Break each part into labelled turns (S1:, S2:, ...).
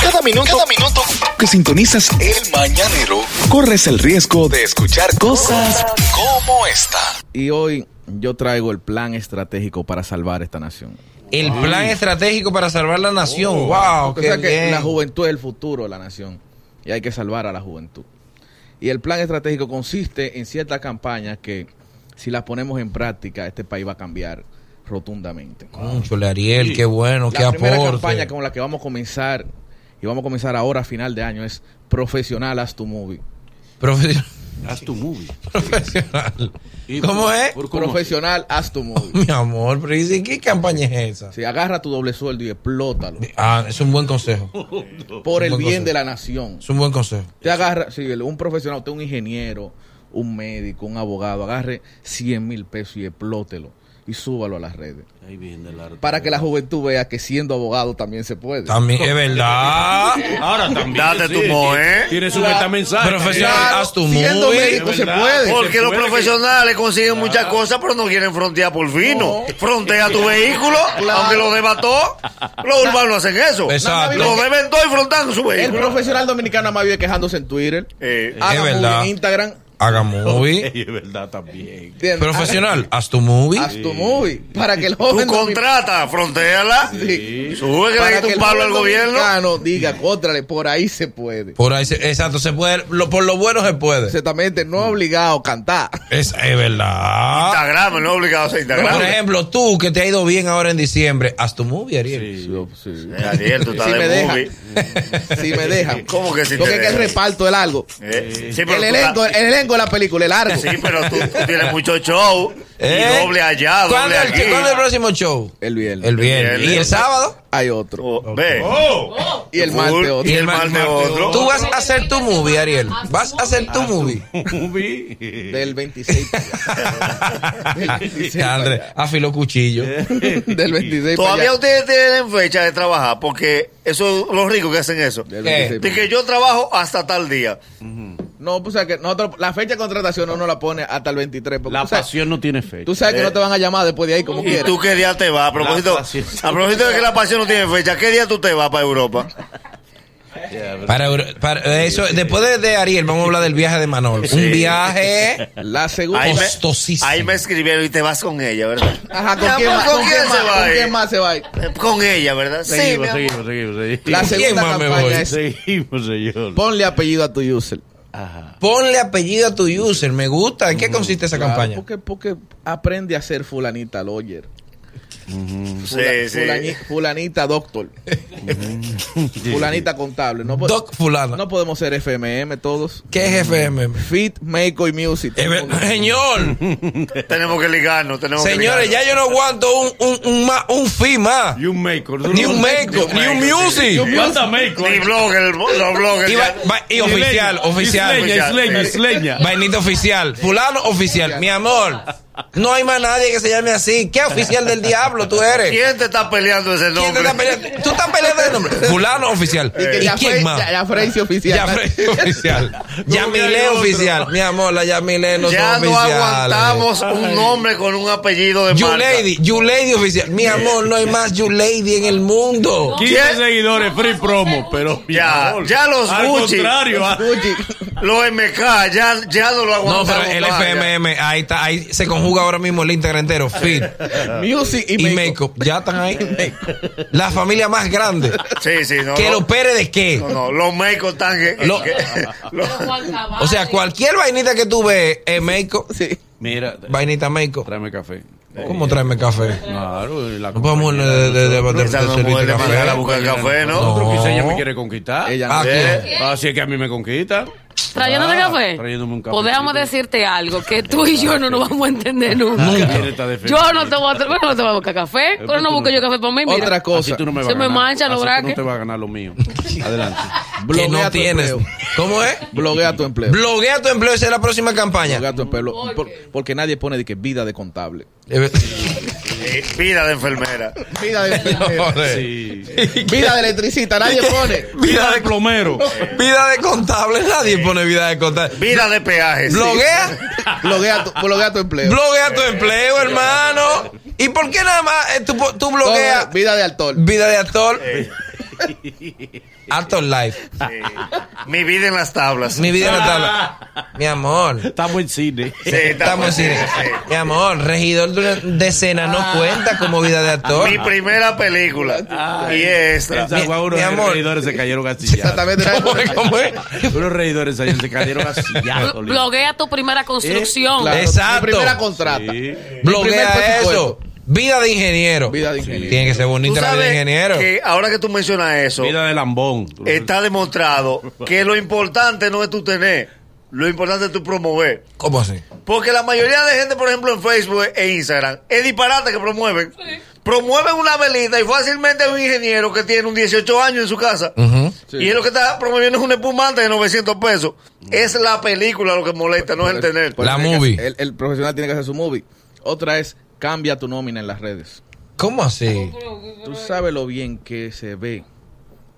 S1: Cada minuto, cada minuto que sintonizas el mañanero, corres el riesgo de escuchar cosas como esta.
S2: Y hoy yo traigo el plan estratégico para salvar esta nación.
S3: El plan estratégico para salvar la nación. wow,
S2: O
S3: qué
S2: sea que
S3: bien.
S2: la juventud es el futuro de la nación y hay que salvar a la juventud. Y el plan estratégico consiste en ciertas campañas que si las ponemos en práctica este país va a cambiar rotundamente.
S3: Cónchale, Ariel, qué bueno, qué
S2: La primera campaña
S3: aporte.
S2: con la que vamos a comenzar y vamos a comenzar ahora a final de año es Profesional Haz tu Movie.
S3: Profesional.
S4: Haz tu movie.
S3: profesional.
S4: ¿Y
S3: ¿Cómo
S4: por-
S3: es?
S4: por cómo
S2: Profesional Haz tu Movie.
S3: Mi amor, pero dice, ¿qué campaña es esa?
S2: Si agarra tu doble sueldo y explótalo
S3: Ah, es un buen consejo.
S2: por el bien
S3: Buen consejo.
S2: de la nación.
S3: Es un buen consejo.
S2: Usted agarra, si el- un profesional, usted un ingeniero, un médico, un abogado, agarre 100 mil pesos y explótelo y súbalo a las redes.
S4: se- Ahí viene el arte.
S2: Para que la juventud vea que siendo abogado también se puede.
S3: También es verdad.
S5: Ahora también. Date tu
S4: sí,
S5: mo, ¿eh?
S4: Tiene su metamensaje.
S3: Profesional, haz tu
S2: siendo
S3: movie.
S2: médico se
S4: ¿verdad?
S2: puede.
S5: Porque los profesionales consiguen muchas cosas, pero no quieren frontear por fino. Frontea tu vehículo, aunque lo deba todo. Los urbanos hacen eso.
S3: Exacto.
S5: Lo deben todo y frontan su
S2: El
S5: vehículo.
S2: profesional dominicano más vive quejándose en Twitter.
S5: Eh,
S2: Haga
S3: Es
S2: movie
S3: verdad.
S2: en Instagram.
S3: Haga movie.
S4: Ey, es verdad también.
S2: ¿entiendes?
S3: Profesional, haz tu movie.
S2: Haz tu movie. Para que el
S5: tú
S2: joven. domin-
S5: contrata, fronteala.
S2: Sí.
S5: Sube que le
S2: Para
S5: diste
S2: que el
S5: un palo al
S2: joven
S5: gobierno.
S2: dominicano diga, contrale, por ahí se puede.
S3: Por ahí, se- exacto, se puede. lo- por lo bueno se puede.
S2: Exactamente, no obligado a cantar.
S3: Es, es verdad.
S5: Instagram, no es obligado a hacer
S3: Por
S5: Instagram.
S3: ejemplo, tú que te ha ido bien ahora en diciembre, haz tu movie, Ariel.
S2: Sí.
S5: Eh, Ariel, tú estás
S2: Si me
S5: de
S2: deja.
S5: movie.
S2: Si me dejan.
S5: ¿Cómo que si
S2: Lo
S5: te
S2: que es el
S5: dejan?
S2: reparto es largo.
S5: Eh, sí, pero
S2: El
S5: tú
S2: elenco, el
S5: estás-
S2: elenco de la película es largo.
S5: Sí, pero tú, tú tienes mucho show.
S3: ¿Eh?
S5: Y doble allá,
S3: ¿Cuándo
S5: doble
S3: el,
S5: aquí.
S3: cuándo el próximo show?
S2: El viernes.
S3: El viernes.
S5: viernes.
S3: ¿Y el sábado?
S2: Hay otro.
S5: Oh, ve.
S2: Y el
S5: Full.
S2: martes otro.
S5: Oh, Y el martes otro. Ah,
S3: Tú vas a hacer tu movie, Ariel. Vas a hacer tu movie.
S4: Movie.
S2: Del 26. para allá. Del 26 para
S3: André,
S2: allá.
S3: afiló cuchillo.
S2: Del 26 para
S5: Todavía
S2: allá.
S5: ustedes tienen fecha de trabajar porque eso los ricos que hacen eso.
S2: Del
S3: ¿Qué?
S2: 26
S5: De
S2: para
S5: que
S2: allá.
S5: yo trabajo hasta tal día.
S2: No, pues o sea que nosotros, la fecha de contratación no nos la pone hasta el 23. Porque
S4: La
S2: tú, sabes,
S4: pasión no tiene fecha.
S2: tú sabes que no te van a llamar después de ahí como
S5: ¿Y
S2: quieras.
S5: tú qué día te vas? A propósito,
S4: La pasión.
S5: a propósito de que la pasión no tiene fecha, ¿qué día tú te vas para Europa?
S3: Para, Euro- para- eh, eso, después de, de Ariel, vamos a hablar del viaje de Manol. Un viaje.
S2: La segunda.
S5: Ahí me,
S3: Costosísimo.
S5: ahí me escribieron y te vas con ella, ¿verdad?
S2: Ajá, ¿con
S5: Mi
S2: quién
S5: amor,
S2: más? ¿Con quién
S5: se
S2: más?
S5: va
S2: ¿Con
S5: ahí?
S2: quién más se va ahí?
S5: Eh, Con ella, ¿verdad? sí, mi
S4: Seguimos,
S5: amor.
S4: seguimos, seguimos, seguimos.
S2: La segunda
S3: más me voy?
S2: campaña es
S4: Seguimos, señor.
S2: ponle apellido a tu user.
S4: Ajá.
S3: Ponle apellido a tu user. Me gusta.
S5: Mm,
S3: ¿En qué consiste esa
S2: Claro,
S3: campaña?
S2: Porque, porque aprende a ser fulanita Lawyer.
S5: Sí, sí.
S2: Fulani- fulanita doctor. fulanita contable. No, po-
S3: Doc Fulano.
S2: no podemos ser FMM todos.
S3: ¿Qué es FM?
S2: Fit, Make y Music.
S3: Eh, ve- Señor,
S5: Tenemos que ligarnos, tenemos
S3: señores,
S5: que
S3: ya yo no aguanto un, un, un, ma- un fee más.
S4: Y un maker.
S3: Ni un make, ni un music.
S4: ¿Cuánta
S5: Ni
S4: maker?
S5: blogger, el- los bloggers.
S3: Y, va- va- y oficial, oficial.
S4: Isleña, isleña, isleña.
S3: Vainita oficial. Fulano oficial. Mi amor, no hay más nadie que se llame así. ¿Qué oficial del diablo tú eres?
S5: ¿Quién te está peleando ese
S3: ¿Quién te
S5: nombre?
S3: está peleando? ¿Tú estás peleando el nombre? Fulano oficial.
S2: Y que
S3: ¿Y
S2: ya
S3: quién
S2: Fre-
S3: más?
S2: ya- ya Freisy oficial.
S3: Ya Fre- oficial.
S2: que hay
S3: Yamile
S2: otro.
S3: oficial. Mi amor, la Yamile no
S5: ya
S3: son
S5: no
S3: oficiales.
S5: aguantamos un nombre con un apellido de
S3: You
S5: marca.
S3: Lady, You Lady oficial. Mi amor, no hay más You Lady en el mundo.
S4: 15 seguidores, free promo, pero
S5: Ya,
S4: mi amor,
S5: ya los
S4: al
S5: Gucci.
S4: contrario, ah,
S2: Gucci.
S5: Los MK, ya, ya no lo
S3: No,
S5: aguantamos.
S3: pero el
S5: más, ya.
S3: FMM, ahí está, ahí se conjuga ahora mismo el Instagram entero, fit
S2: music y,
S3: y
S2: Make.
S3: makeup. Ya están ahí. La familia más grande.
S5: Sí, sí, no.
S3: ¿Que
S5: no,
S3: los Pérez de qué?
S5: no, no, los Meicos están. que-
S3: Lo-
S5: que- los-
S3: O sea, cualquier vainita que tú ves es makeup,
S2: Sí.
S4: Mira,
S3: vainita makeup.
S4: tráeme café.
S3: ¿Cómo tráeme café?
S4: Claro, y la
S3: No podemos eh, de, de, de, de, de
S5: Esa no mujer
S3: servirte
S5: le mandaron a
S3: café.
S5: buscar café, ¿no?
S3: No.
S4: Otro quizá ella me quiere conquistar.
S2: Ella
S3: Ah,
S2: no.
S3: ¿quién?
S4: Así es que a mí me conquista.
S6: Trayéndote
S4: Ah,
S6: café.
S4: trayéndome un
S6: Pues déjame
S4: cafecito.
S6: decirte algo que tú y yo no nos vamos a entender nunca.
S4: Ariel está defendido.
S6: Yo no te voy a, tra- bueno, no te voy a buscar café. Pero no
S4: tú
S6: busco
S4: no-
S6: yo café para mí. Mira.
S2: Otra
S4: Así
S2: cosa.
S4: tú no me vas
S6: Se
S4: a
S6: me
S4: ganar.
S6: mancha,
S4: Así
S6: lo
S4: tú
S6: braque.
S4: no te vas a ganar lo mío. Adelante.
S3: Que
S2: Bloguea
S3: no
S2: tu
S3: tienes.
S2: empleo.
S3: ¿Cómo es?
S2: Bloguea tu empleo.
S3: Bloguea tu empleo, esa es la próxima campaña.
S2: Bloguea tu empleo. Por- porque nadie pone de que vida de contable.
S5: Eh, Vida de enfermera.
S2: Vida de,
S4: Sí.
S2: vida de electricista. Nadie pone.
S3: Vida
S4: El plomero.
S3: de, vida de contable, nadie pone vida de contable.
S5: Vida de peajes.
S3: Bloguea,
S2: Bloguea tu, bloguea tu empleo.
S3: bloguea tu empleo, hermano. ¿Y por qué nada más eh, tú, po- tú
S2: Todo
S3: blogueas
S2: es vida de actor.
S3: vida de actor? Actor Life.
S5: Mi vida en las tablas.
S3: Mi vida en la tabla. Mi amor.
S4: Estamos en cine.
S5: Sí, estamos-
S3: Estamos en cine. Mi amor, regidor de una decena no cuenta como vida de actor.
S5: Mi primera película. Y esta.
S4: San Juan,
S3: Mi-
S4: unos
S3: mi amor.
S4: reidores se cayeron astillados.
S2: Exactamente. ¿sabes?
S3: ¿Cómo es? ¿Cómo es?
S4: Unos reidores ahí se cayeron astillados.
S6: Bl-
S4: Lin.
S6: Bloguea tu primera construcción.
S2: Claro,
S3: Exacto.
S2: Mi primera contrata.
S4: Sí.
S2: Mi primer
S3: Bloquea eso.
S2: presupuesto.
S3: Vida de ingeniero.
S2: Vida de ingeniero.
S3: Tiene que ser
S5: Tú
S3: bonita la vida de
S5: sabes
S3: ingeniero.
S5: que ahora que tú mencionas eso,
S4: Vida de lambón.
S5: está demostrado que lo importante no es tú tener, lo importante es tú promover.
S3: ¿Cómo así?
S5: Porque la mayoría de gente, por ejemplo, en Facebook e Instagram, es disparate que promueven. Promueven una velita y fácilmente hay un ingeniero que tiene un 18 años en su casa.
S3: Ujú.
S2: Sí. Mm.
S5: Y él lo que está promoviendo es un espumante de 900 pesos. Es la película lo que molesta, no es el tener.
S2: Por
S3: La
S2: eso pues, tiene
S3: movie.
S2: que- El, el profesional tiene que hacer su movie. Otra es, cambia tu nómina en las redes.
S3: ¿Cómo así?
S2: Tú sabes lo bien que se ve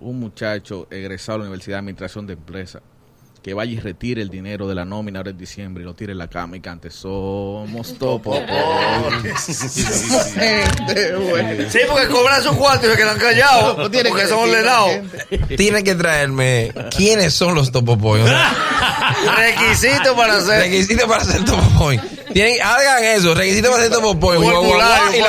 S2: un muchacho egresado a la Universidad de Administración de Empresa que vaya y retire el dinero de la nómina ahora en diciembre y lo tire en la cama y cante Somos topo. Somos gente buena.
S5: Sí, porque cobran sus cuartos y se quedan callados.
S2: No tiene
S5: porque
S2: que
S5: son
S2: decir la
S5: ordenados.
S2: gente.
S3: Tiene que traerme quiénes son los topopollos.
S5: Requisito para hacer.
S3: Requisito para ser topopoy. Tienen, hagan eso. Requisito para ser topopoy. Guau, guau, guau, y la
S5: Formulario,
S3: patita.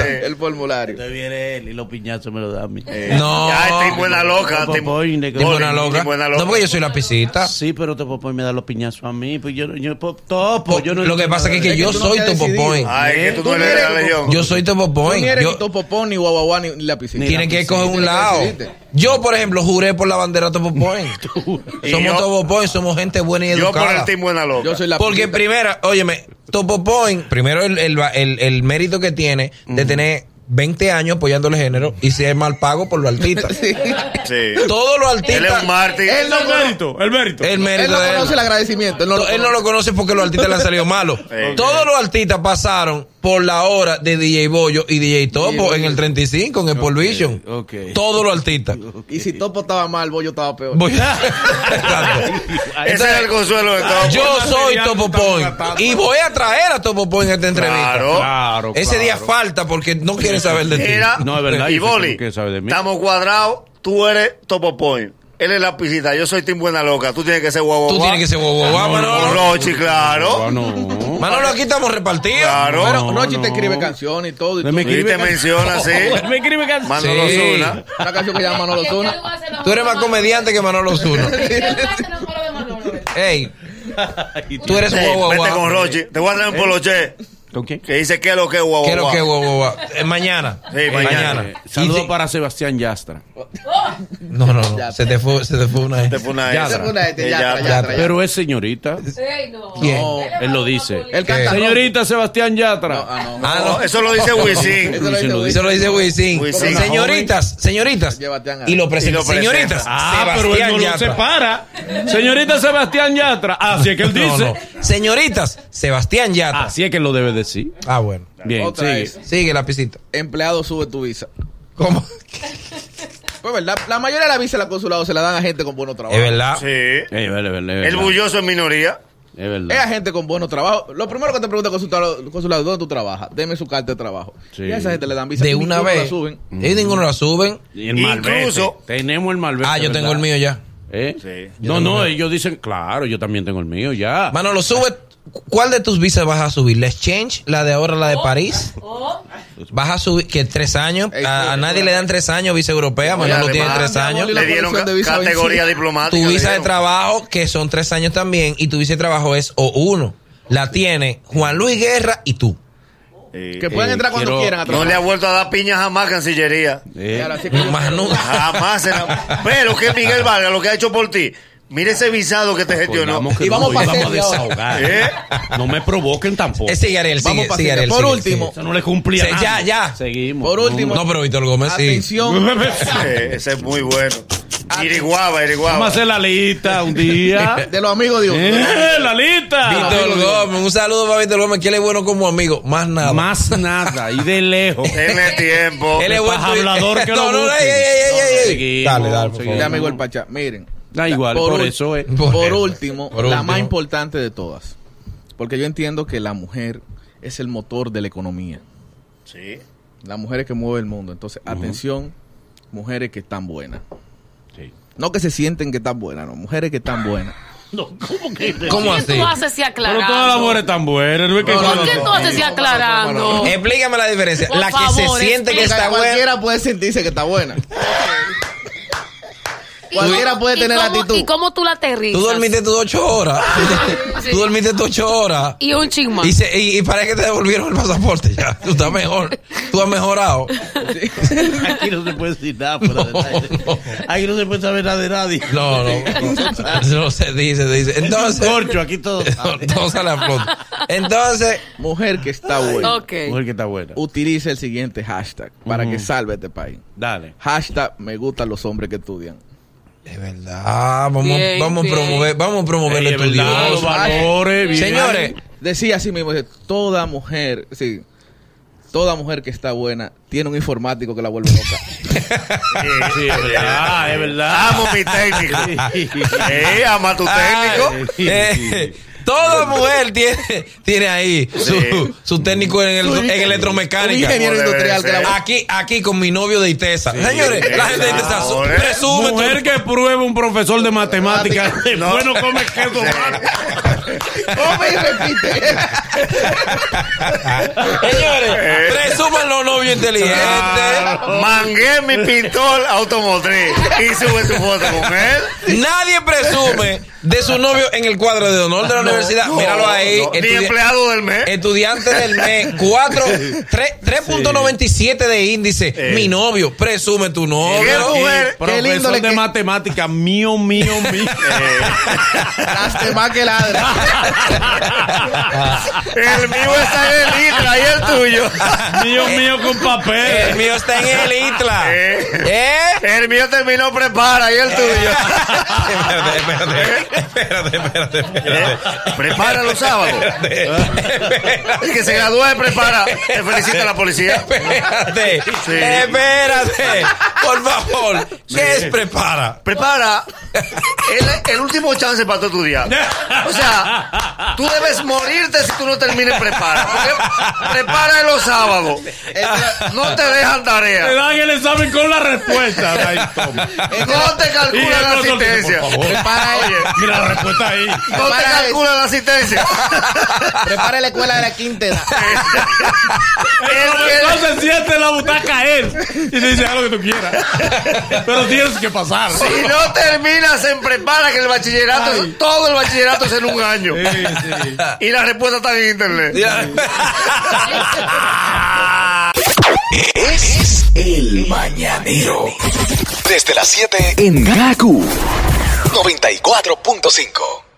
S5: formulario.
S2: El formulario.
S4: Entonces viene él y los piñazos me lo dan a mí.
S3: No.
S5: Ya, estoy buena loca. estoy-
S3: Ni buena
S5: Ni
S3: loca.
S5: buena loca.
S3: No, porque yo soy la pisita.
S4: Sí, pero Topo Point me da los piñazos a mí. Pues yo, no- yo po- topo. yo no,
S3: Lo que pasa es que
S2: Es
S3: yo
S2: que tú no
S3: soy
S2: te has
S3: topopoy.
S2: decidido.
S5: Ay, que tú
S2: Tú
S5: no eres de la
S2: eres-
S5: legión.
S3: ¿Eh? Yo soy topopoy.
S2: Ni eres ni
S3: Yo,
S2: topopón, ni guaguaguá, ni, ni la piscina.
S3: tienen que coger un
S2: Tienes que
S3: lado.
S2: decidirte.
S3: Yo, por ejemplo, juré por la bandera topopoy.
S5: Y
S3: somos
S5: yo-
S3: topopoy, somos gente buena y
S5: Yo por el
S3: educada.
S5: team buena loca.
S2: Yo soy la
S3: Porque
S2: piscina.
S3: primera, óyeme, Topo Point, primero el, el, el- el mérito que tiene de tener 20 años apoyando el género y ser mal pago por los artistas.
S5: Sí.
S3: Todos los
S5: Él es un
S3: artistas,
S5: mártir.
S2: Él no conoce-
S4: el mérito.
S3: el
S2: él
S3: mérito
S2: no
S3: de
S2: conoce el
S3: él.
S2: agradecimiento. Él no,
S3: No, él no lo conoce porque los artistas le han salido malos.
S4: Eh,
S5: Sí.
S3: Todos los artistas pasaron por la hora de DJ Bollo y DJ Topo en el 35, en el Pole Vision.
S4: ok.
S3: Todos los artistas.
S2: Y si Topo estaba mal, Bollo estaba peor.
S3: Voy- Exacto.
S5: Ese es el consuelo de todo.
S3: ah, Yo soy
S4: material
S3: Topo
S4: que estamos
S3: Point
S4: gastando.
S3: y voy a traer a Topo Point a esta entrevista.
S5: Claro.
S4: Claro,
S3: Ese
S4: claro.
S3: día falta porque no quiere saber de ti.
S5: Era,
S4: No, es verdad,
S5: Y
S4: yo sé
S5: Boli,
S4: que sabe de mí.
S5: estamos cuadrados. Tú eres Topo Point. Él es la pisita. Yo soy Team Buena Loca. Tú tienes que ser guau
S3: Tú tienes que ser bobo.
S4: No,
S5: Con
S3: Manolo.
S5: Rochi, claro.
S4: Ah, no.
S3: Manolo, aquí estamos repartidos.
S5: Claro.
S2: Pero
S4: No,
S2: Rochi
S4: no.
S2: te escribe canciones y todo. Y
S4: Deme
S2: tú-
S5: Y te
S4: can-
S5: menciona, sí.
S7: Me escribe que
S5: Manolo
S3: Sí.
S5: Zuna.
S2: Una canción que se llama Manolo Zuna.
S3: Tú eres más comediante que Manolo Zuno.
S6: comediante.
S3: Ey, tú eres
S5: Sí,
S3: bobo.
S5: vete con Rochi. Te voy a traer un poloche
S4: ¿Con quién?
S5: que dice que lo que es guau
S3: Quiero
S5: guau.
S3: que bobo. Eh, mañana.
S5: Sí, Oh, mañana.
S4: Eh, Saludos
S3: Y-
S4: para Sebastián Yastra.
S3: No, no, no. Se te fue, se te fue una.
S5: Te fue una
S4: Ya,
S5: extra.
S2: una de- este,
S5: Sí,
S2: ya,
S5: ya,
S2: ya,
S5: ya.
S2: ya.
S4: Pero es señorita.
S3: ¿Quién?
S2: No,
S4: él lo dice.
S2: Él canta.
S4: Señorita Sebastián Yatra.
S2: No, ah, no.
S3: Ah,
S5: No,
S3: no.
S5: Eso lo dice Wisin.
S2: Eso lo dice
S4: Eso lo
S2: Wisin.
S3: Eso lo dice Wisin.
S5: Wisin.
S3: Señoritas, señoritas.
S2: Llévate a-
S3: Y lo
S5: Y
S3: presenta.
S5: lo presenta.
S3: Señoritas.
S7: Ah, pero él
S3: Sebastián
S7: no lo
S3: Yatra.
S7: separa. Señorita Sebastián Yatra. Así es que él
S3: No,
S7: dice.
S3: no. Señoritas, Sebastián Yatra.
S7: Ah,
S4: Así es que lo debe decir.
S3: Ah, bueno.
S4: Bien,
S2: Otra
S4: sigue.
S2: es,
S3: Sigue la pisita.
S2: empleado sube tu visa.
S3: ¿Cómo?
S2: Pues verdad, la mayoría de la visa de la consulado se la dan a gente con buenos trabajos.
S3: Es verdad.
S5: Sí.
S4: Eh, vale, vale, es
S5: El
S4: verdad.
S5: bulloso es minoría.
S4: Es
S2: Es a
S4: verdad.
S2: gente con buenos trabajos. Lo primero que te pregunta el consulado, el consulado ¿dónde tú trabajas? Deme su carta de trabajo.
S4: Sí.
S2: Y a esa gente le dan visa.
S3: De
S2: y
S3: una
S2: ninguno la
S3: vez.
S2: suben.
S3: Y ninguno la suben.
S4: Y el malvete.
S5: Incluso-
S4: Tenemos el malvete.
S3: Ah, yo
S4: ¿verdad?
S3: tengo el mío ya.
S4: ¿Eh?
S5: Sí.
S4: No, no, ellos dicen, claro, yo también tengo el mío ya.
S3: Manolo, sube. ¿Cuál de tus visas vas a subir? ¿La Exchange? ¿La de ahora? ¿La
S6: Oh,
S3: de París? ¿Vas a subir? que ¿Tres años?
S2: Ey,
S3: A, a
S2: tú-
S3: nadie le dan tres años visa europea. Manolo
S5: además,
S3: tiene tres
S2: mi amor,
S3: años.
S2: y la
S5: Le dieron
S2: posición
S5: ca-
S2: de visa
S5: categoría
S2: vencida.
S5: diplomática.
S3: Tu
S5: le
S3: visa de
S5: dieron.
S3: trabajo, que son tres años también, y tu visa de trabajo es o uno. La tiene Juan Luis Guerra y tú.
S5: Sí.
S2: Que pueden
S4: Eh,
S2: entrar cuando
S4: quiero-
S2: quieran a
S5: No
S2: trabajar.
S5: le ha vuelto a dar piña jamás Cancillería.
S4: ¿Eh?
S2: Claro, así que yo-
S3: Más
S2: Ah,
S3: nunca.
S5: Jamás. se la- Pero que Miguel Vargas lo que ha hecho por ti. Mira ese visado que te
S3: Pues
S5: gestionó.
S4: Recordamos que
S2: Y
S4: no,
S2: vamos
S4: hoy
S2: pa'
S4: pues, vamos a
S2: serie ahora.
S4: desahogar.
S5: ¿Eh?
S4: No me provoquen tampoco.
S3: Eh, sigue, Ariel,
S2: Vamos
S3: sigue,
S2: pa'
S3: sigue,
S2: sigue.
S3: Ariel,
S2: Por
S3: sigue,
S2: último.
S3: sigue.
S4: Eso no le cumplía
S3: Se-
S4: nada.
S3: ya, ya.
S4: Seguimos.
S2: Por último.
S3: No, pero Víctor Gómez sí.
S2: Atención.
S5: Eh, ese es muy bueno. Iriguaba,
S7: Vamos a
S5: Iriguaba.
S7: hacer la lista un día.
S2: De los amigos de uno.
S7: Eh, la lista.
S3: Víctor Gómez, un saludo para Víctor Gómez, que él es bueno como amigo. Más nada.
S4: Más nada. Y de lejos.
S5: Tiene tiempo.
S3: Él es bueno.
S7: Más hablador que lo
S3: no, no,
S7: busque.
S3: ey, ey, ey, ey, ey.
S4: Seguimos,
S3: Dale, dale, por
S4: seguimos.
S2: De
S3: favor.
S2: amigo el Pachá. Miren.
S4: Da E igual, por,
S2: ul-
S4: eso es.
S3: Por
S2: Por
S3: eso.
S2: último,
S3: Por
S2: la
S3: último.
S2: más importante de todas. Porque yo entiendo que la mujer es el motor de la economía.
S5: Sí.
S2: La mujer es que mueve el mundo. Entonces, atención, mujeres que están buenas.
S7: Sí.
S2: No que se sienten que están buenas, no, mujeres que están buenas.
S4: No, ¿cómo que?
S3: ¿Cómo
S6: ¿Qué
S3: así?
S6: tú haces si aclarando?
S7: Pero todas las mujeres están buenas. Luis, que
S6: ¿Por
S7: cuando-
S6: qué tú haces
S3: Eh,
S6: si aclarando?
S3: Explícame la diferencia.
S6: Por
S3: la que
S6: favor,
S3: se siente que
S6: explica.
S3: está buena.
S2: cualquiera puede sentirse que está buena.
S6: ¿Y
S2: cualquiera puede
S6: y
S2: tener
S6: cómo-
S2: actitud.
S6: ¿Y cómo tú la aterrizas?
S3: Tú dormiste tus ocho horas.
S6: Ah, Sí.
S3: Tú dormiste tus ocho horas.
S6: Y un ching más.
S3: Y, se- y- y parece que te devolvieron el pasaporte ya. Tú estás mejor. Tú has mejorado.
S4: Aquí no se puede decir nada fuera del aire. Aquí no se puede saber nada de nadie.
S3: No, no. No se dice, se dice. Entonces.
S4: Corcho, aquí todo.
S3: Todo sale a flote. Entonces,
S2: Mujer que está buena.
S6: Ok.
S4: Mujer que está buena.
S2: Utiliza el siguiente hashtag para que salve este país.
S4: Dale.
S2: Hashtag me gustan los hombres que estudian.
S3: de verdad, vamos,
S6: Bien,
S3: vamos
S6: bien.
S3: a promover, vamos a promover el
S7: Ey, es
S3: estudio.
S7: verdad, los valores, bien.
S3: Señores,
S2: Decía así mismo, dice, toda mujer, sí, toda mujer que está buena tiene un informático que la vuelve loca.
S7: Sí, es verdad, es verdad.
S5: Amo mi técnico. Sí, ama tu técnico.
S3: Ah, eh, toda mujer tiene, tiene ahí su, su técnico en, el, en electromecánica.
S2: Un ingeniero
S5: Como debe
S2: industrial que la
S5: ser.
S2: vuelve
S3: Aquí, aquí con mi novio de Itesa. Señores,
S5: eh,
S3: la gente de Itesa su-
S5: Ahora,
S3: presume.
S7: Mujer que prueba un profesor de matemáticas.
S5: No.
S7: Bueno, come queso, mano.
S2: Come y repite.
S5: Eh.
S3: Señores, presuman los novios inteligentes.
S5: Mangué mi pintor automotriz y sube su foto con él.
S3: Nadie presume de su novio en el cuadro de honor de la universidad. Míralo ahí.
S5: No, ni
S3: estudi-
S5: empleado del mes.
S3: Estudiante del mes, cuatro- tres- 3.97 de índice. Mi novio, presume tu
S5: Eh. Qué
S3: novio.
S5: mujer.
S2: Qué lindo
S7: Profesor
S2: le
S7: de
S2: que-
S7: matemáticas, mío, mío, mío.
S3: Eh.
S2: Las demás que ladran.
S5: El mío está en el Itra y el tuyo.
S7: mío, mío con
S3: El
S7: papel.
S3: mío está en el ITLA.
S5: Eh.
S3: ¿Eh?
S5: El mío terminó prepara y el tuyo.
S3: Espérate, espérate, espérate, espérate, espérate.
S5: Prepara los sábados. El que se gradúa de prepara, te felicita la policía.
S3: Espérate,
S5: Sí.
S3: espérate, por favor, ¿qué es prepara?
S5: Prepara el, el último chance para tu estudiar. O sea, tú debes morirte si tú no termines prepara. Porque prepara es los sábados. No te dejan
S7: Te
S5: tarea.
S7: dan el examen con la respuesta. Ahí, toma.
S5: No te
S7: Y el
S5: calcula la
S7: profesor dice,
S5: asistencia.
S7: por favor.
S5: Prepara, oye,
S7: Mira la respuesta ahí.
S5: no te calcula la asistencia.
S2: Prepara la escuela de la quinta edad.
S5: El que-
S7: No se siente en la butaca él. Y te dice haz lo que tú quieras. Pero tienes que pasar.
S5: Si no terminas en prepara, que el bachillerato, todo el bachillerato es en un año.
S7: Sí, sí.
S5: Y la respuesta está en internet.
S1: Es el mañanero. Desde las 7 en Gaku 94.5.